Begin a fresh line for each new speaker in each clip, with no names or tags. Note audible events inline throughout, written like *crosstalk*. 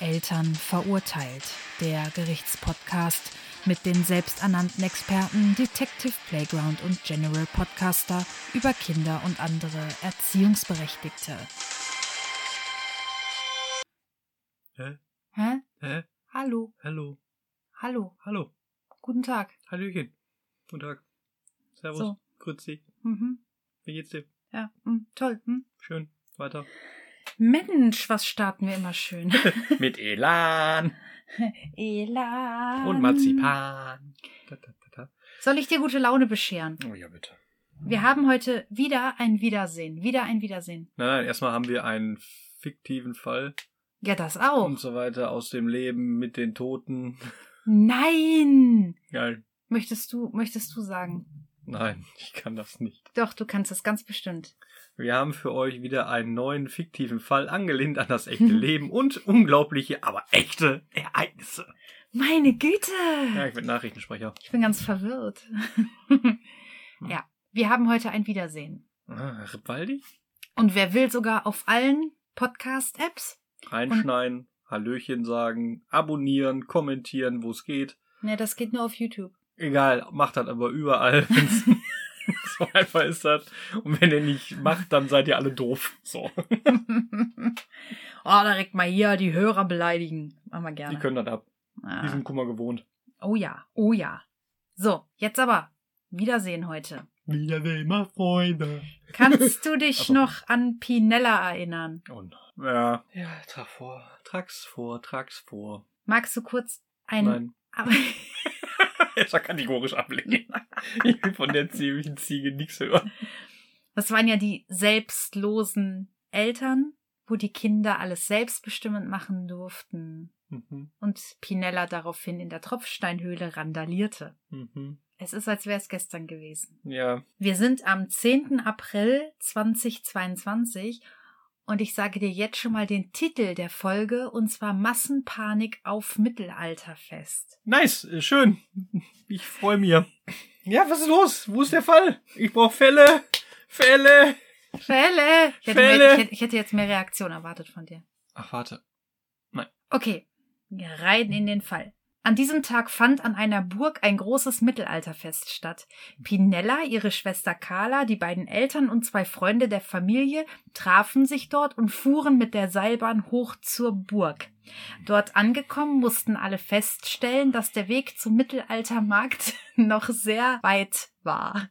Eltern verurteilt. Der Gerichtspodcast mit den selbsternannten Experten Detective Playground und General Podcaster über Kinder und andere Erziehungsberechtigte.
Hä?
Hä?
Hä?
Hallo,
Hallo.
hallo,
Hallo.
guten Tag.
Hallöchen. Guten Tag. Servus.
So.
Grüß dich.
Mhm.
Wie geht's dir?
Ja, mhm, toll. Mhm.
Schön. Weiter.
Mensch, was starten wir immer
*laughs*
schön.
Mit Elan
Elan.
und Marzipan. Ta, ta, ta, ta.
Soll ich dir gute Laune bescheren?
Oh ja, bitte.
Wir haben heute wieder ein Wiedersehen. Wieder ein Wiedersehen.
Nein, nein, erstmal haben wir einen fiktiven Fall
Ja, das auch.
und so weiter aus dem Leben mit den Toten. *laughs*
Nein!
Geil.
Möchtest du, möchtest du sagen?
Nein, *laughs* ich kann das nicht.
Doch, du kannst das ganz bestimmt.
Wir haben für euch wieder einen neuen fiktiven Fall angelehnt an das echte Leben und unglaubliche, aber echte Ereignisse.
Meine Güte!
Ja, Hm. ich bin Nachrichtensprecher.
Ich bin ganz verwirrt. ja, wir haben heute ein Wiedersehen.
Ah, Ripaldi?
Und wer will sogar auf allen Podcast-Apps?
Reinschneiden, Hallöchen sagen, abonnieren, kommentieren, wo es geht.
Ne, das geht nur auf YouTube.
Egal, macht das aber überall. *laughs* wenn's- so einfach ist das. Und wenn ihr nicht macht, dann seid ihr alle doof. So,
*laughs* oh, direkt mal hier die Hörer beleidigen. Machen wir
die
gerne.
können das ab. Die
ah.
sind Kummer gewohnt.
Oh ja, oh ja. So, jetzt aber. Wiedersehen heute.
Wieder will immer Freunde. *laughs*
Kannst du dich
Aber-
noch an Pinella erinnern?
Und, ja. Ja, trag vor. Trag's vor, trag's vor.
Magst du kurz ein...
*laughs* Nein.
Aber-
Er war kategorisch ablehnen. *laughs* Ich will von der ziemlichen Ziege nichts hören.
Das waren ja die selbstlosen Eltern, wo die Kinder alles selbstbestimmend machen durften.
Mhm,
Und Pinella daraufhin in der Tropfsteinhöhle randalierte.
mhm.
Es ist, als wäre es gestern gewesen.
Ja,
Wir sind am 10. April 2022 und ich sage dir jetzt schon mal den Titel der Folge und zwar Massenpanik auf Mittelalterfest.
Nice, äh, schön. Ich freue mir. Ja, was ist los? Wo ist der Fall? Ich brauche Fälle. Fälle.
Fälle! Ich hätte,
Fälle!
Mehr, ich, hätte, ich hätte jetzt mehr Reaktion erwartet von dir.
Ach, warte.
Okay, wir rein in den Fall. An diesem Tag fand an einer Burg ein großes Mittelalterfest statt. Pinella, ihre Schwester Carla, die beiden Eltern und zwei Freunde der Familie trafen sich dort und fuhren mit der Seilbahn hoch zur Burg. Dort angekommen mussten alle feststellen, dass der Weg zum Mittelaltermarkt *laughs* noch sehr weit war.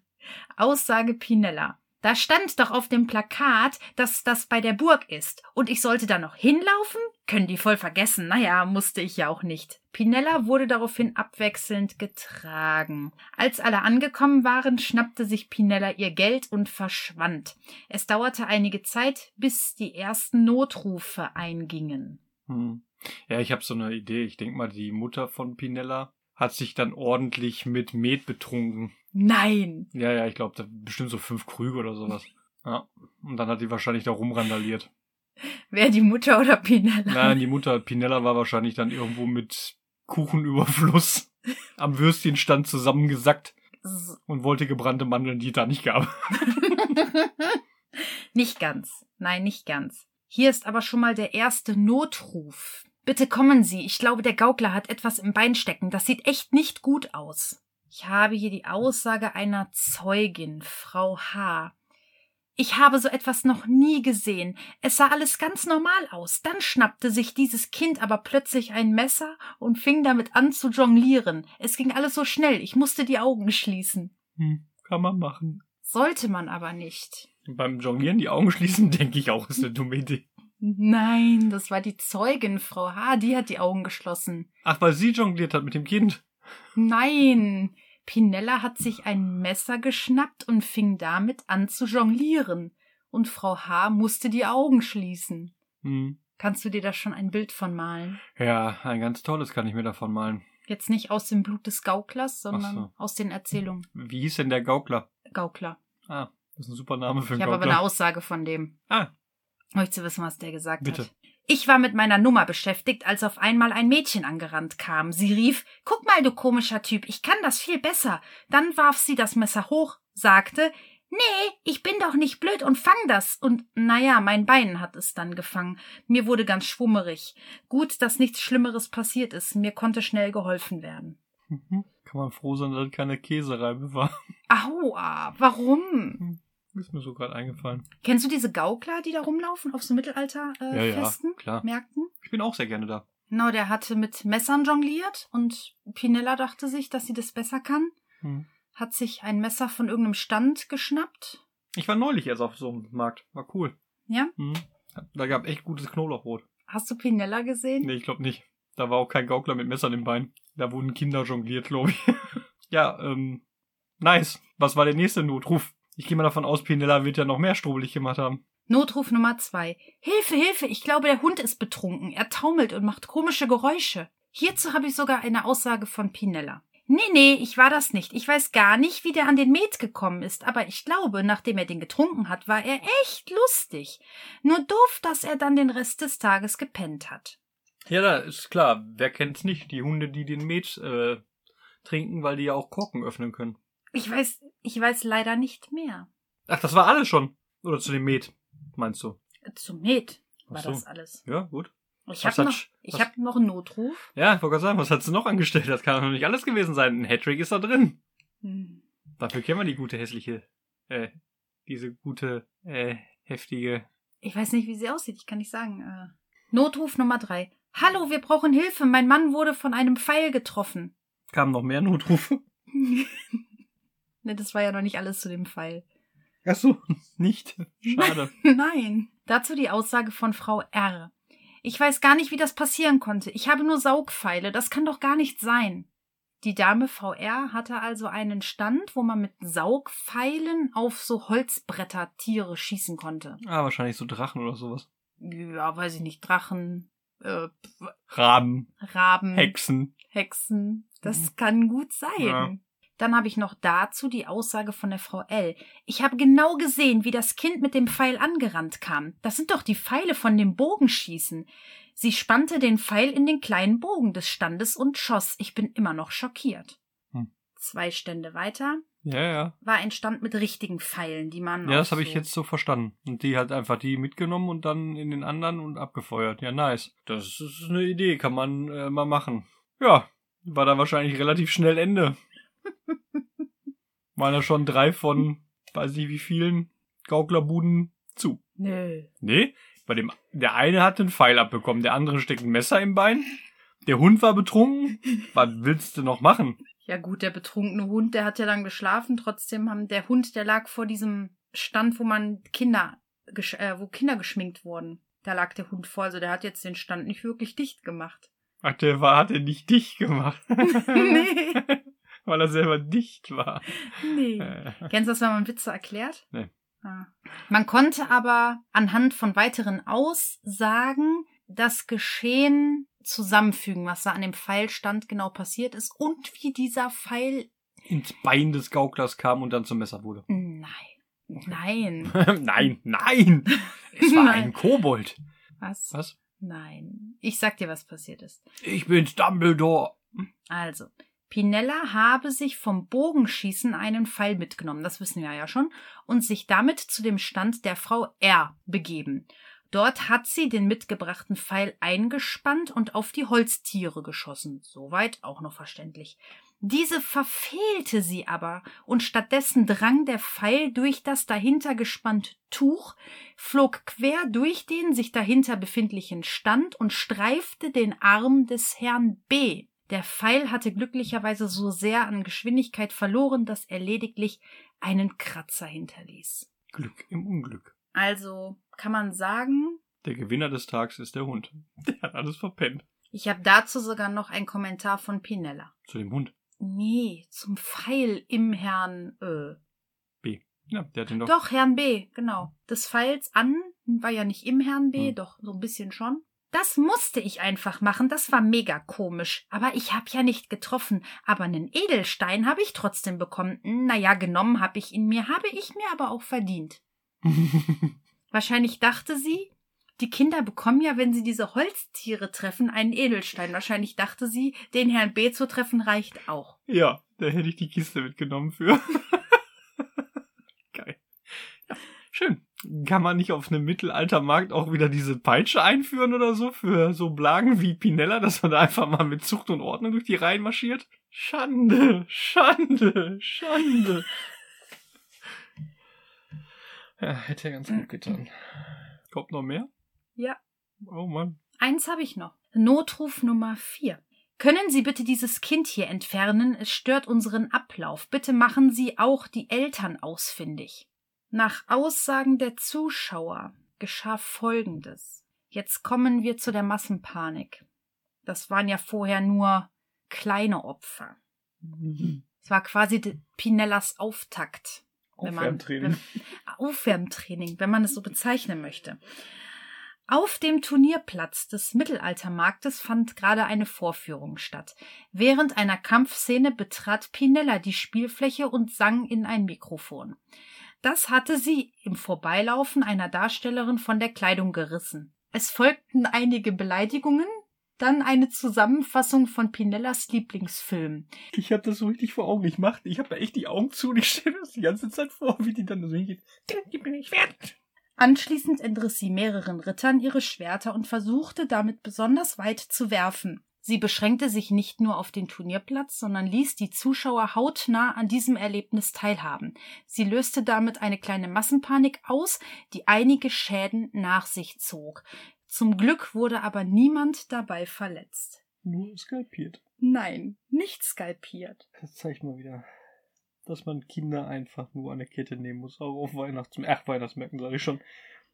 Aussage Pinella. Da stand doch auf dem Plakat, dass das bei der Burg ist. Und ich sollte da noch hinlaufen? Können die voll vergessen. Naja, musste ich ja auch nicht. Pinella wurde daraufhin abwechselnd getragen. Als alle angekommen waren, schnappte sich Pinella ihr Geld und verschwand. Es dauerte einige Zeit, bis die ersten Notrufe eingingen.
Hm. Ja, ich habe so eine Idee. Ich denk mal, die Mutter von Pinella hat sich dann ordentlich mit Met betrunken.
Nein!
Ja, ja, ich glaube, bestimmt so fünf Krüge oder sowas. Ja. Und dann hat die wahrscheinlich da rumrandaliert.
Wer die Mutter oder Pinella?
Nein, die Mutter Pinella war wahrscheinlich dann irgendwo mit Kuchenüberfluss am Würstchenstand zusammengesackt
S-
und wollte gebrannte Mandeln, die es da nicht gab.
nicht ganz. Nein, nicht ganz. Hier ist aber schon mal der erste Notruf. Bitte kommen Sie. Ich glaube, der Gaukler hat etwas im Bein stecken. Das sieht echt nicht gut aus. Ich habe hier die Aussage einer Zeugin, Frau H. Ich habe so etwas noch nie gesehen. Es sah alles ganz normal aus. Dann schnappte sich dieses Kind aber plötzlich ein Messer und fing damit an zu jonglieren. Es ging alles so schnell. Ich musste die Augen schließen.
Hm, kann man machen.
Sollte man aber nicht.
Beim Jonglieren die Augen *laughs* schließen, denke ich auch, ist eine dumme Idee.
Nein, das war die Zeugin, Frau H., die hat die Augen geschlossen.
Ach, weil sie jongliert hat mit dem Kind.
Nein, Pinella hat sich ein Messer geschnappt und fing damit an zu jonglieren. Und Frau H. musste die Augen schließen.
Hm.
Kannst du dir da schon ein Bild von malen?
Ja, ein ganz tolles kann ich mir davon malen.
Jetzt nicht aus dem Blut des Gauklers, sondern
Ach so.
aus den Erzählungen.
Wie hieß denn der Gaukler?
Gaukler.
Ah, das ist ein super Name für einen
Ich habe aber
Gaukler.
eine Aussage von dem.
ah,
Möchtest du wissen, was der gesagt
Bitte.
hat? Ich war mit meiner Nummer beschäftigt, als auf einmal ein Mädchen angerannt kam. Sie rief, guck mal, du komischer Typ, ich kann das viel besser. Dann warf sie das Messer hoch, sagte, Nee, ich bin doch nicht blöd und fang das. Und naja, mein Bein hat es dann gefangen. Mir wurde ganz schwummerig. Gut, dass nichts Schlimmeres passiert ist. Mir konnte schnell geholfen werden.
Mhm. Kann man froh sein, dass es keine Käsereibe war. *laughs*
Aua, warum?
Ist mir so gerade eingefallen.
Kennst du diese Gaukler, die da rumlaufen auf so Mittelalterfesten,
Ja,
äh,
ja,
Festen,
klar.
Märkten?
Ich bin auch sehr gerne da.
Genau, der hatte mit Messern jongliert und Pinella dachte sich, dass sie das besser kann.
Mhm.
Hat sich ein Messer von irgendeinem Stand geschnappt.
Ich war neulich erst auf so einem Markt. War cool.
Ja?
Mhm. Da gab echt gutes Knoblauchbrot.
Hast du Pinella gesehen?
Nee, ich glaube nicht. Da war auch kein Gaukler mit Messern im Bein. Da wurden Kinder jongliert, glaube ich. *laughs* ja, ähm, nice. Was war der nächste Notruf? Ich gehe mal davon aus, Pinella wird ja noch mehr strubelig gemacht haben.
Notruf Nummer zwei. Hilfe, Hilfe, ich glaube, der Hund ist betrunken. Er taumelt und macht komische Geräusche. Hierzu habe ich sogar eine Aussage von Pinella. Nee, nee, ich war das nicht. Ich weiß gar nicht, wie der an den Met gekommen ist, aber ich glaube, nachdem er den getrunken hat, war er echt lustig. Nur doof, dass er dann den Rest des Tages gepennt hat.
Ja, da ist klar. Wer kennt's nicht? Die Hunde, die den Met äh, trinken, weil die ja auch Korken öffnen können.
Ich weiß, ich weiß leider nicht mehr.
Ach, das war alles schon. Oder zu dem Met, meinst du?
Zum Met war
Ach so.
das alles.
Ja, gut.
Ich
Was
habe
hat
noch,
Sch-
ich
was-
hab noch einen Notruf.
Ja, ich wollte gerade sagen, was hat sie noch angestellt? Das kann doch noch nicht alles gewesen sein. Ein Hattrick ist da drin.
Hm.
Dafür kennen wir die gute, hässliche, äh, diese gute, äh, heftige
Ich weiß nicht, wie sie aussieht, ich kann nicht sagen. Äh. Notruf Nummer drei. Hallo, wir brauchen Hilfe. Mein Mann wurde von einem Pfeil getroffen.
kamen noch mehr Notrufe.
ne, das war ja noch nicht alles zu dem Pfeil.
Ach so, *laughs* nicht. Schade.
Nein. Dazu die Aussage von Frau R. Ich weiß gar nicht, wie das passieren konnte. Ich habe nur Saugpfeile. Das kann doch gar nicht sein. Die Dame VR hatte also einen Stand, wo man mit Saugpfeilen auf so Holzbretter Tiere schießen konnte.
Ah, wahrscheinlich so Drachen oder sowas.
Ja, weiß ich nicht. Drachen, äh,
Raben,
Raben.
Hexen.
Hexen. Das
Mhm.
kann gut sein.
Ja.
Dann habe ich noch dazu die Aussage von der Frau L. Ich habe genau gesehen, wie das Kind mit dem Pfeil angerannt kam. Das sind doch die Pfeile von dem Bogenschießen. Sie spannte den Pfeil in den kleinen Bogen des Standes und schoss. Ich bin immer noch schockiert.
Hm.
Zwei Stände weiter
Ja, ja.
war ein Stand mit richtigen Pfeilen, die man.
Ja,
auch
das habe ich
so-
jetzt so verstanden. Und die hat einfach die mitgenommen und dann in den anderen und abgefeuert. Ja, nice. Das ist eine Idee, kann man äh, mal machen. Ja, war da wahrscheinlich relativ schnell Ende. Waren ja schon drei von, weiß nicht wie vielen, Gauklerbuden zu.
Nö.
Nee, bei dem, der eine hat den Pfeil abbekommen, der andere steckt ein Messer im Bein, der Hund war betrunken. Was willst du noch machen?
Ja gut, der betrunkene Hund, der hat ja dann geschlafen. Trotzdem haben der Hund, der lag vor diesem Stand, wo man Kinder, gesch äh, wo Kinder geschminkt wurden. Da lag der Hund vor, also der hat jetzt den Stand nicht wirklich dicht gemacht. *laughs*
Ach, der war, hat er nicht dich *laughs* gemacht.
nee,
Weil er selber dicht war.
nee.
Äh,
Kennst du das, wenn man Witze erklärt?
Nee.
Ah. Man konnte aber anhand von weiteren Aussagen das Geschehen zusammenfügen, was da an dem Pfeilstand genau passiert ist und wie dieser Pfeil.
Ins Bein des Gauklers kam und dann zum Messer wurde.
Nein. Nein.
*laughs* nein, nein! Es war
Nein.
*laughs* ein Kobold.
Was?
Was?
Nein. Ich sag dir, was passiert ist.
Ich bin's, Dumbledore.
Also, Pinella habe sich vom Bogenschießen einen Pfeil mitgenommen, das wissen wir ja schon, und sich damit zu dem Stand der Frau R begeben. Dort hat sie den mitgebrachten Pfeil eingespannt und auf die Holztiere geschossen. Soweit auch noch verständlich. Diese verfehlte sie aber, und stattdessen drang der Pfeil durch das dahinter gespannte Tuch, flog quer durch den sich dahinter befindlichen Stand und streifte den Arm des Herrn B. Der Pfeil hatte glücklicherweise so sehr an Geschwindigkeit verloren, dass er lediglich einen Kratzer hinterließ.
Glück im Unglück.
Also kann man sagen,
Der Gewinner des Tags ist der Hund. Der hat alles verpennt.
ich habe dazu sogar noch einen Kommentar von Pinella.
Zu dem Hund.
Nee, zum Pfeil im Herrn äh,
Ja, der hat den doch. *laughs*
Doch, Herrn B, genau. Des Pfeils an war ja nicht im Herrn B,
Hm.
doch so ein bisschen schon. Das musste ich einfach machen, das war mega komisch. Aber ich habe ja nicht getroffen, aber einen Edelstein habe ich trotzdem bekommen. Naja, genommen habe ich ihn mir, habe ich mir aber auch verdient. Wahrscheinlich dachte sie, die Kinder bekommen ja, wenn sie diese Holztiere treffen, einen Edelstein. Wahrscheinlich dachte sie, den Herrn B zu treffen reicht auch.
ja, da hätte ich die Kiste mitgenommen für. *laughs* Geil. Schön. Kann man nicht auf einem Mittelaltermarkt auch wieder diese Peitsche einführen oder so für so Blagen wie Pinella, dass man da einfach mal mit Zucht und Ordnung durch die Reihen marschiert? Schande, Schande, Schande. Ja, hätte ja ganz gut getan. Kommt noch mehr?
Ja.
Oh Mann.
Eins habe ich noch. Notruf Nummer 4. Können Sie bitte dieses Kind hier entfernen? Es stört unseren Ablauf. Bitte machen Sie auch die Eltern ausfindig. Nach Aussagen der Zuschauer geschah Folgendes. Jetzt kommen wir zu der Massenpanik. Das waren ja vorher nur kleine Opfer. Es war quasi de- Pinellas Auftakt. Wenn man-
Aufwärmtraining.
Aufwärmtraining, wenn man es so bezeichnen möchte. Auf dem Turnierplatz des Mittelaltermarktes fand gerade eine Vorführung statt. Während einer Kampfszene betrat Pinella die Spielfläche und sang in ein Mikrofon. Das hatte sie im Vorbeilaufen einer Darstellerin von der Kleidung gerissen. Es folgten einige Beleidigungen, dann eine Zusammenfassung von Pinellas Lieblingsfilm.
Ich habe das so richtig vor Augen. Ich mach, ich habe da echt die Augen zu und ich stelle mir das die ganze Zeit vor, wie die dann so hingeht. Gib mir nicht wert.
Anschließend entriss sie mehreren Rittern ihre Schwerter und versuchte damit besonders weit zu werfen. Sie beschränkte sich nicht nur auf den Turnierplatz, sondern ließ die Zuschauer hautnah an diesem Erlebnis teilhaben. Sie löste damit eine kleine Massenpanik aus, die einige Schäden nach sich zog. Zum Glück wurde aber niemand dabei verletzt.
Nur skalpiert.
Nein, nicht skalpiert.
Das zeigt mal wieder, dass man Kinder einfach nur an der Kette nehmen muss. Auch auf Weihnachts Ach, Weihnachtsmärkten sage ich schon.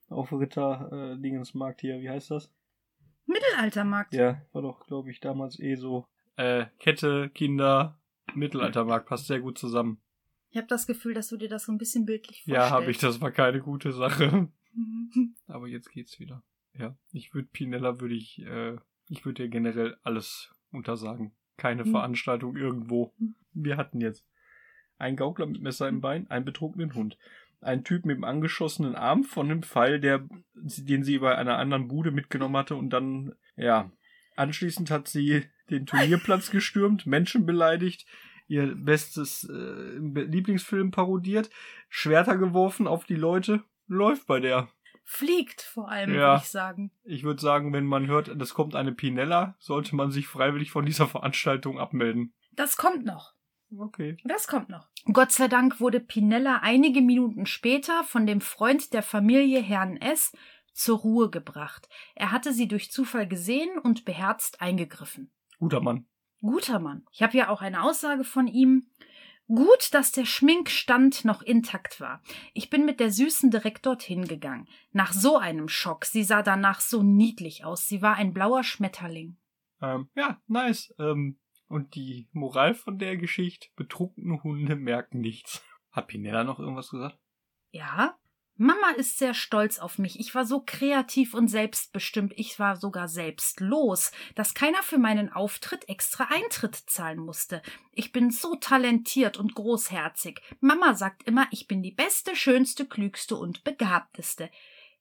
Auf Ritter äh, Dingensmarkt hier, wie heißt das?
Mittelaltermarkt.
Ja, war doch, glaube ich, damals eh so. Äh, Kette, Kinder, Mittelaltermarkt passt sehr gut zusammen.
Ich habe das Gefühl, dass du dir das so ein bisschen bildlich vorstellst.
Ja, habe ich, das war keine gute Sache.
das.
Aber jetzt geht's wieder. Ja, ich würde Pinella würde ich, äh, ich würde ihr generell alles untersagen. Keine
Hm.
Veranstaltung irgendwo.
Hm.
Wir hatten jetzt einen Gaukler mit Messer im Bein, einen betrunkenen Hund, einen Typ mit dem angeschossenen Arm von einem Pfeil, der, den sie bei einer anderen Bude mitgenommen hatte und dann, ja, anschließend hat sie den Turnierplatz gestürmt, Menschen beleidigt, ihr bestes äh, Lieblingsfilm parodiert, Schwerter geworfen auf die Leute, läuft bei der.
*laughs* Fliegt vor allem,
Ja.
würde ich sagen.
Ich würde sagen, wenn man hört, das kommt eine Pinella, sollte man sich freiwillig von dieser *laughs* Veranstaltung abmelden.
Das kommt noch.
Okay.
Das kommt noch. Gott sei Dank wurde Pinella einige Minuten später von dem Freund der Familie Herrn S. zur Ruhe gebracht. Er hatte sie durch Zufall gesehen und beherzt eingegriffen.
Guter Mann.
Guter Mann. Ich habe ja auch eine Aussage von ihm. Gut, dass der Schminkstand noch intakt war. Ich bin mit der Süßen direkt dorthin gegangen. Nach so einem Schock. Sie sah danach so niedlich aus. Sie war ein blauer Schmetterling.
Ähm, ja, nice. Ähm, und die Moral von der Geschichte, betrunkene Hunde merken nichts. *laughs* Hat Pinella noch irgendwas gesagt?
Ja. Mama ist sehr stolz auf mich. Ich war so kreativ und selbstbestimmt. Ich war sogar selbstlos, dass keiner für meinen Auftritt extra Eintritt zahlen musste. Ich bin so talentiert und großherzig. Mama sagt immer, ich bin die beste, schönste, klügste und begabteste.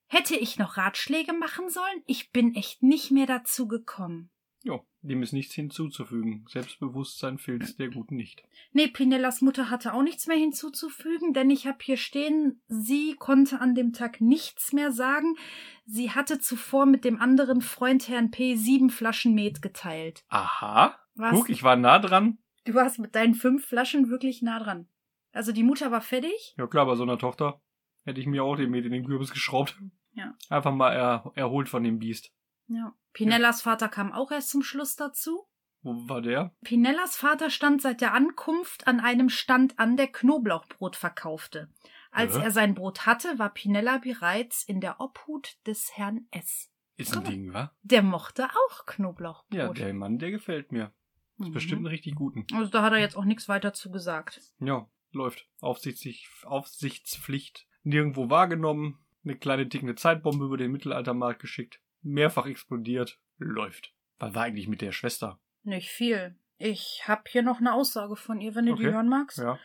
Hätte ich noch Ratschläge machen sollen? Ich bin echt nicht mehr dazu gekommen.
Jo, dem ist nichts hinzuzufügen. Selbstbewusstsein fehlt's der Guten nicht.
Nee, Pinellas Mutter hatte auch nichts mehr hinzuzufügen, denn ich habe hier stehen, sie konnte an dem Tag nichts mehr sagen. Sie hatte zuvor mit dem anderen Freund Herrn P. sieben Flaschen Met geteilt.
Aha.
Was?
Guck, ich war nah dran.
Du warst mit deinen fünf Flaschen wirklich nah dran. Also die Mutter war fertig?
Ja klar, bei so einer Tochter hätte ich mir auch den Med in den Kürbis geschraubt.
Ja.
Einfach mal er, erholt von dem Biest.
Ja. Pinellas Vater kam auch erst zum Schluss dazu.
Wo war der?
Pinellas Vater stand seit der Ankunft an einem Stand an, der Knoblauchbrot verkaufte. Als
Ja.
er sein Brot hatte, war Pinella bereits in der Obhut des Herrn S.
Ist ein Ding, wa?
Der mochte auch Knoblauchbrot.
Ja, der Mann, der gefällt mir.
Mhm.
Bestimmt einen richtig guten.
Also da hat er jetzt auch nichts weiter zu gesagt.
Ja, läuft. Aufsichtspflicht, Aufsichtspflicht nirgendwo wahrgenommen. Eine kleine tickende Zeitbombe über den Mittelaltermarkt geschickt. Mehrfach explodiert. Läuft. Was war eigentlich mit der Schwester?
Nicht viel. Ich habe hier noch eine Aussage von ihr, wenn du die
Okay.
hören magst.
Ja,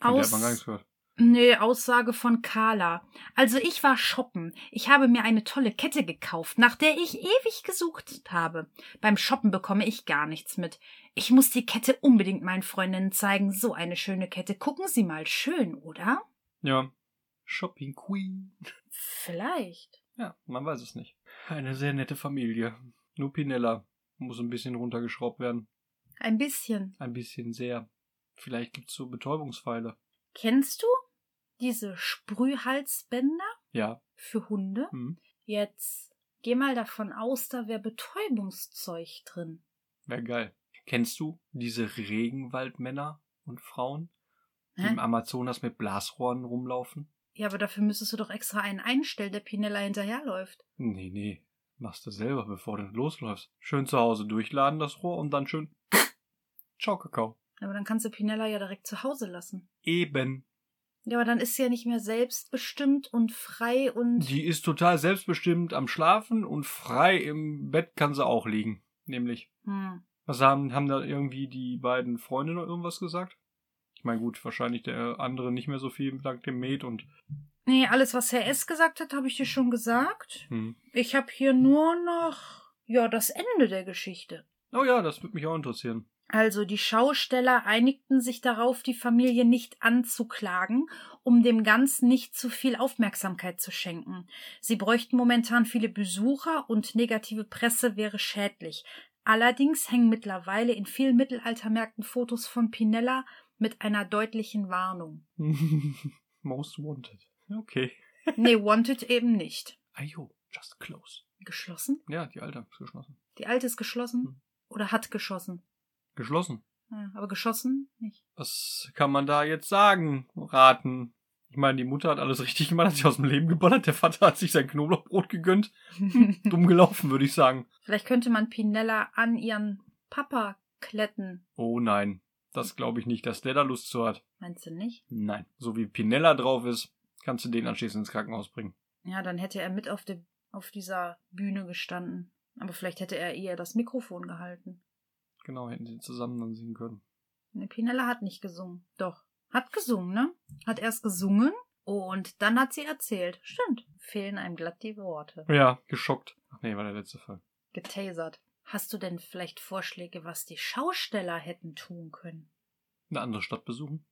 von der hat man gar nichts
Aus,
gehört.
nee, Aussage von Carla. Also ich war shoppen. Ich habe mir eine tolle Kette gekauft, nach der ich ewig gesucht habe. Beim Shoppen bekomme ich gar nichts mit. Ich muss die Kette unbedingt meinen Freundinnen zeigen. So eine schöne Kette. Gucken Sie mal, schön, oder?
Ja, Shopping Queen.
Vielleicht.
Ja, man weiß es nicht. Eine sehr nette Familie. Nur Pinella muss ein bisschen runtergeschraubt werden.
Ein bisschen.
Ein bisschen sehr. Vielleicht gibt's so Betäubungspfeile.
Kennst du diese Sprühhalsbänder
Ja.
für Hunde?
Hm.
Jetzt geh mal davon aus, da wäre Betäubungszeug drin.
Wär geil. Kennst du diese Regenwaldmänner und Frauen, die
Hä?
im Amazonas mit Blasrohren rumlaufen?
Ja, aber dafür müsstest du doch extra einen einstellen, der Pinella hinterherläuft.
Nee, nee. Machst du selber, bevor du losläufst. Schön zu Hause durchladen das Rohr und dann schön. Ciao, Kakao.
Aber dann kannst du Pinella ja direkt zu Hause lassen.
Eben.
Ja, aber dann ist sie ja nicht mehr selbstbestimmt und frei und.
Die ist total selbstbestimmt am Schlafen und frei im Bett kann sie auch liegen. Nämlich.
Hm.
Was haben, haben da irgendwie die beiden Freunde noch irgendwas gesagt? Ich meine, gut, wahrscheinlich der andere nicht mehr so viel dank dem Med und.
Nee, alles, was Herr S. gesagt hat, habe ich dir schon gesagt.
Hm.
Ich habe hier nur noch. Ja, das Ende der Geschichte.
Oh ja, das würde mich auch interessieren.
Also die Schausteller einigten sich darauf, die Familie nicht anzuklagen, um dem Ganzen nicht zu viel Aufmerksamkeit zu schenken. Sie bräuchten momentan viele Besucher und negative Presse wäre schädlich. Allerdings hängen mittlerweile in vielen Mittelaltermärkten Fotos von Pinella mit einer deutlichen Warnung.
*laughs* Most wanted. Okay.
Nee, Wanted eben nicht.
Ayo, just close.
Geschlossen?
Ja, die Alte ist geschlossen.
Die alte ist geschlossen? Oder hat geschossen?
Geschlossen.
Ja, Aber geschossen nicht.
*laughs* Was kann man da jetzt sagen? Raten. Ich meine, die Mutter hat alles richtig gemacht, hat sich aus dem Leben geballert, der Vater hat sich sein Knoblauchbrot gegönnt. Dumm gelaufen, würde ich sagen.
Vielleicht könnte man Pinella an ihren Papa kletten.
Oh nein, das glaube ich nicht, dass der da Lust zu hat.
Meinst du nicht?
Nein. So wie Pinella drauf ist, kannst du den anschließend ins Krankenhaus bringen.
Ja, dann hätte er mit auf, der, auf dieser Bühne gestanden. Aber vielleicht hätte er eher das Mikrofon gehalten.
Genau, hätten sie zusammen dann singen können.
Ne, Pinella hat nicht gesungen. Doch. Hat gesungen, ne? Hat erst gesungen und dann hat sie erzählt. Stimmt. Fehlen einem glatt die Worte.
Ja, geschockt. Ach nee, war der letzte Fall.
Getasert. Hast du denn vielleicht Vorschläge, was die Schausteller hätten tun können?
Eine andere Stadt besuchen?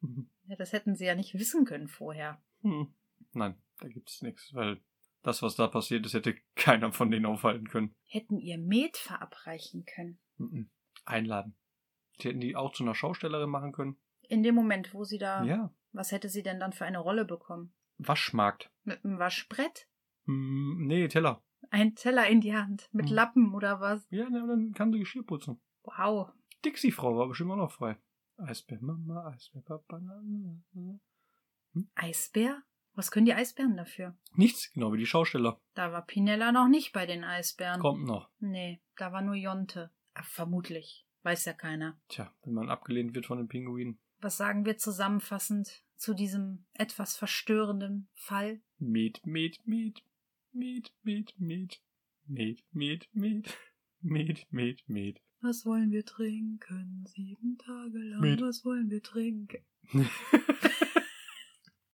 Mhm.
Ja, das hätten sie ja nicht wissen können vorher.
Hm. Nein, da gibt's nichts, weil das, was da passiert ist, hätte *laughs* keiner von denen aufhalten können.
Hätten ihr Met verabreichen können.
Mhm. Einladen. Die hätten die auch zu einer Schaustellerin machen können.
In dem Moment, wo sie da.
Ja.
Was hätte sie denn dann für eine Rolle bekommen?
Waschmarkt.
Mit einem Waschbrett?
Hm, nee, Teller.
Ein Teller in die Hand. Mit
Mhm.
Lappen oder was?
Ja, na, dann kann sie Geschirr putzen.
Wow.
Dixie-Frau war bestimmt auch noch frei. Eisbär Mama, Eisbär Papa. na, na, na.
Eisbär? Was können die Eisbären dafür?
Nichts, genau wie die Schausteller.
Da war Pinella noch nicht bei den Eisbären.
Kommt noch.
Nee, da war nur Jonte. Ach, vermutlich. Weiß ja keiner.
Tja, wenn man abgelehnt wird von den Pinguinen.
Was sagen wir zusammenfassend zu diesem etwas verstörenden Fall?
Met, met, met, met, met, met, met, met, met, met, met, met.
Was wollen wir trinken? *laughs* Sieben Tage lang.
Met.
Was wollen wir trinken?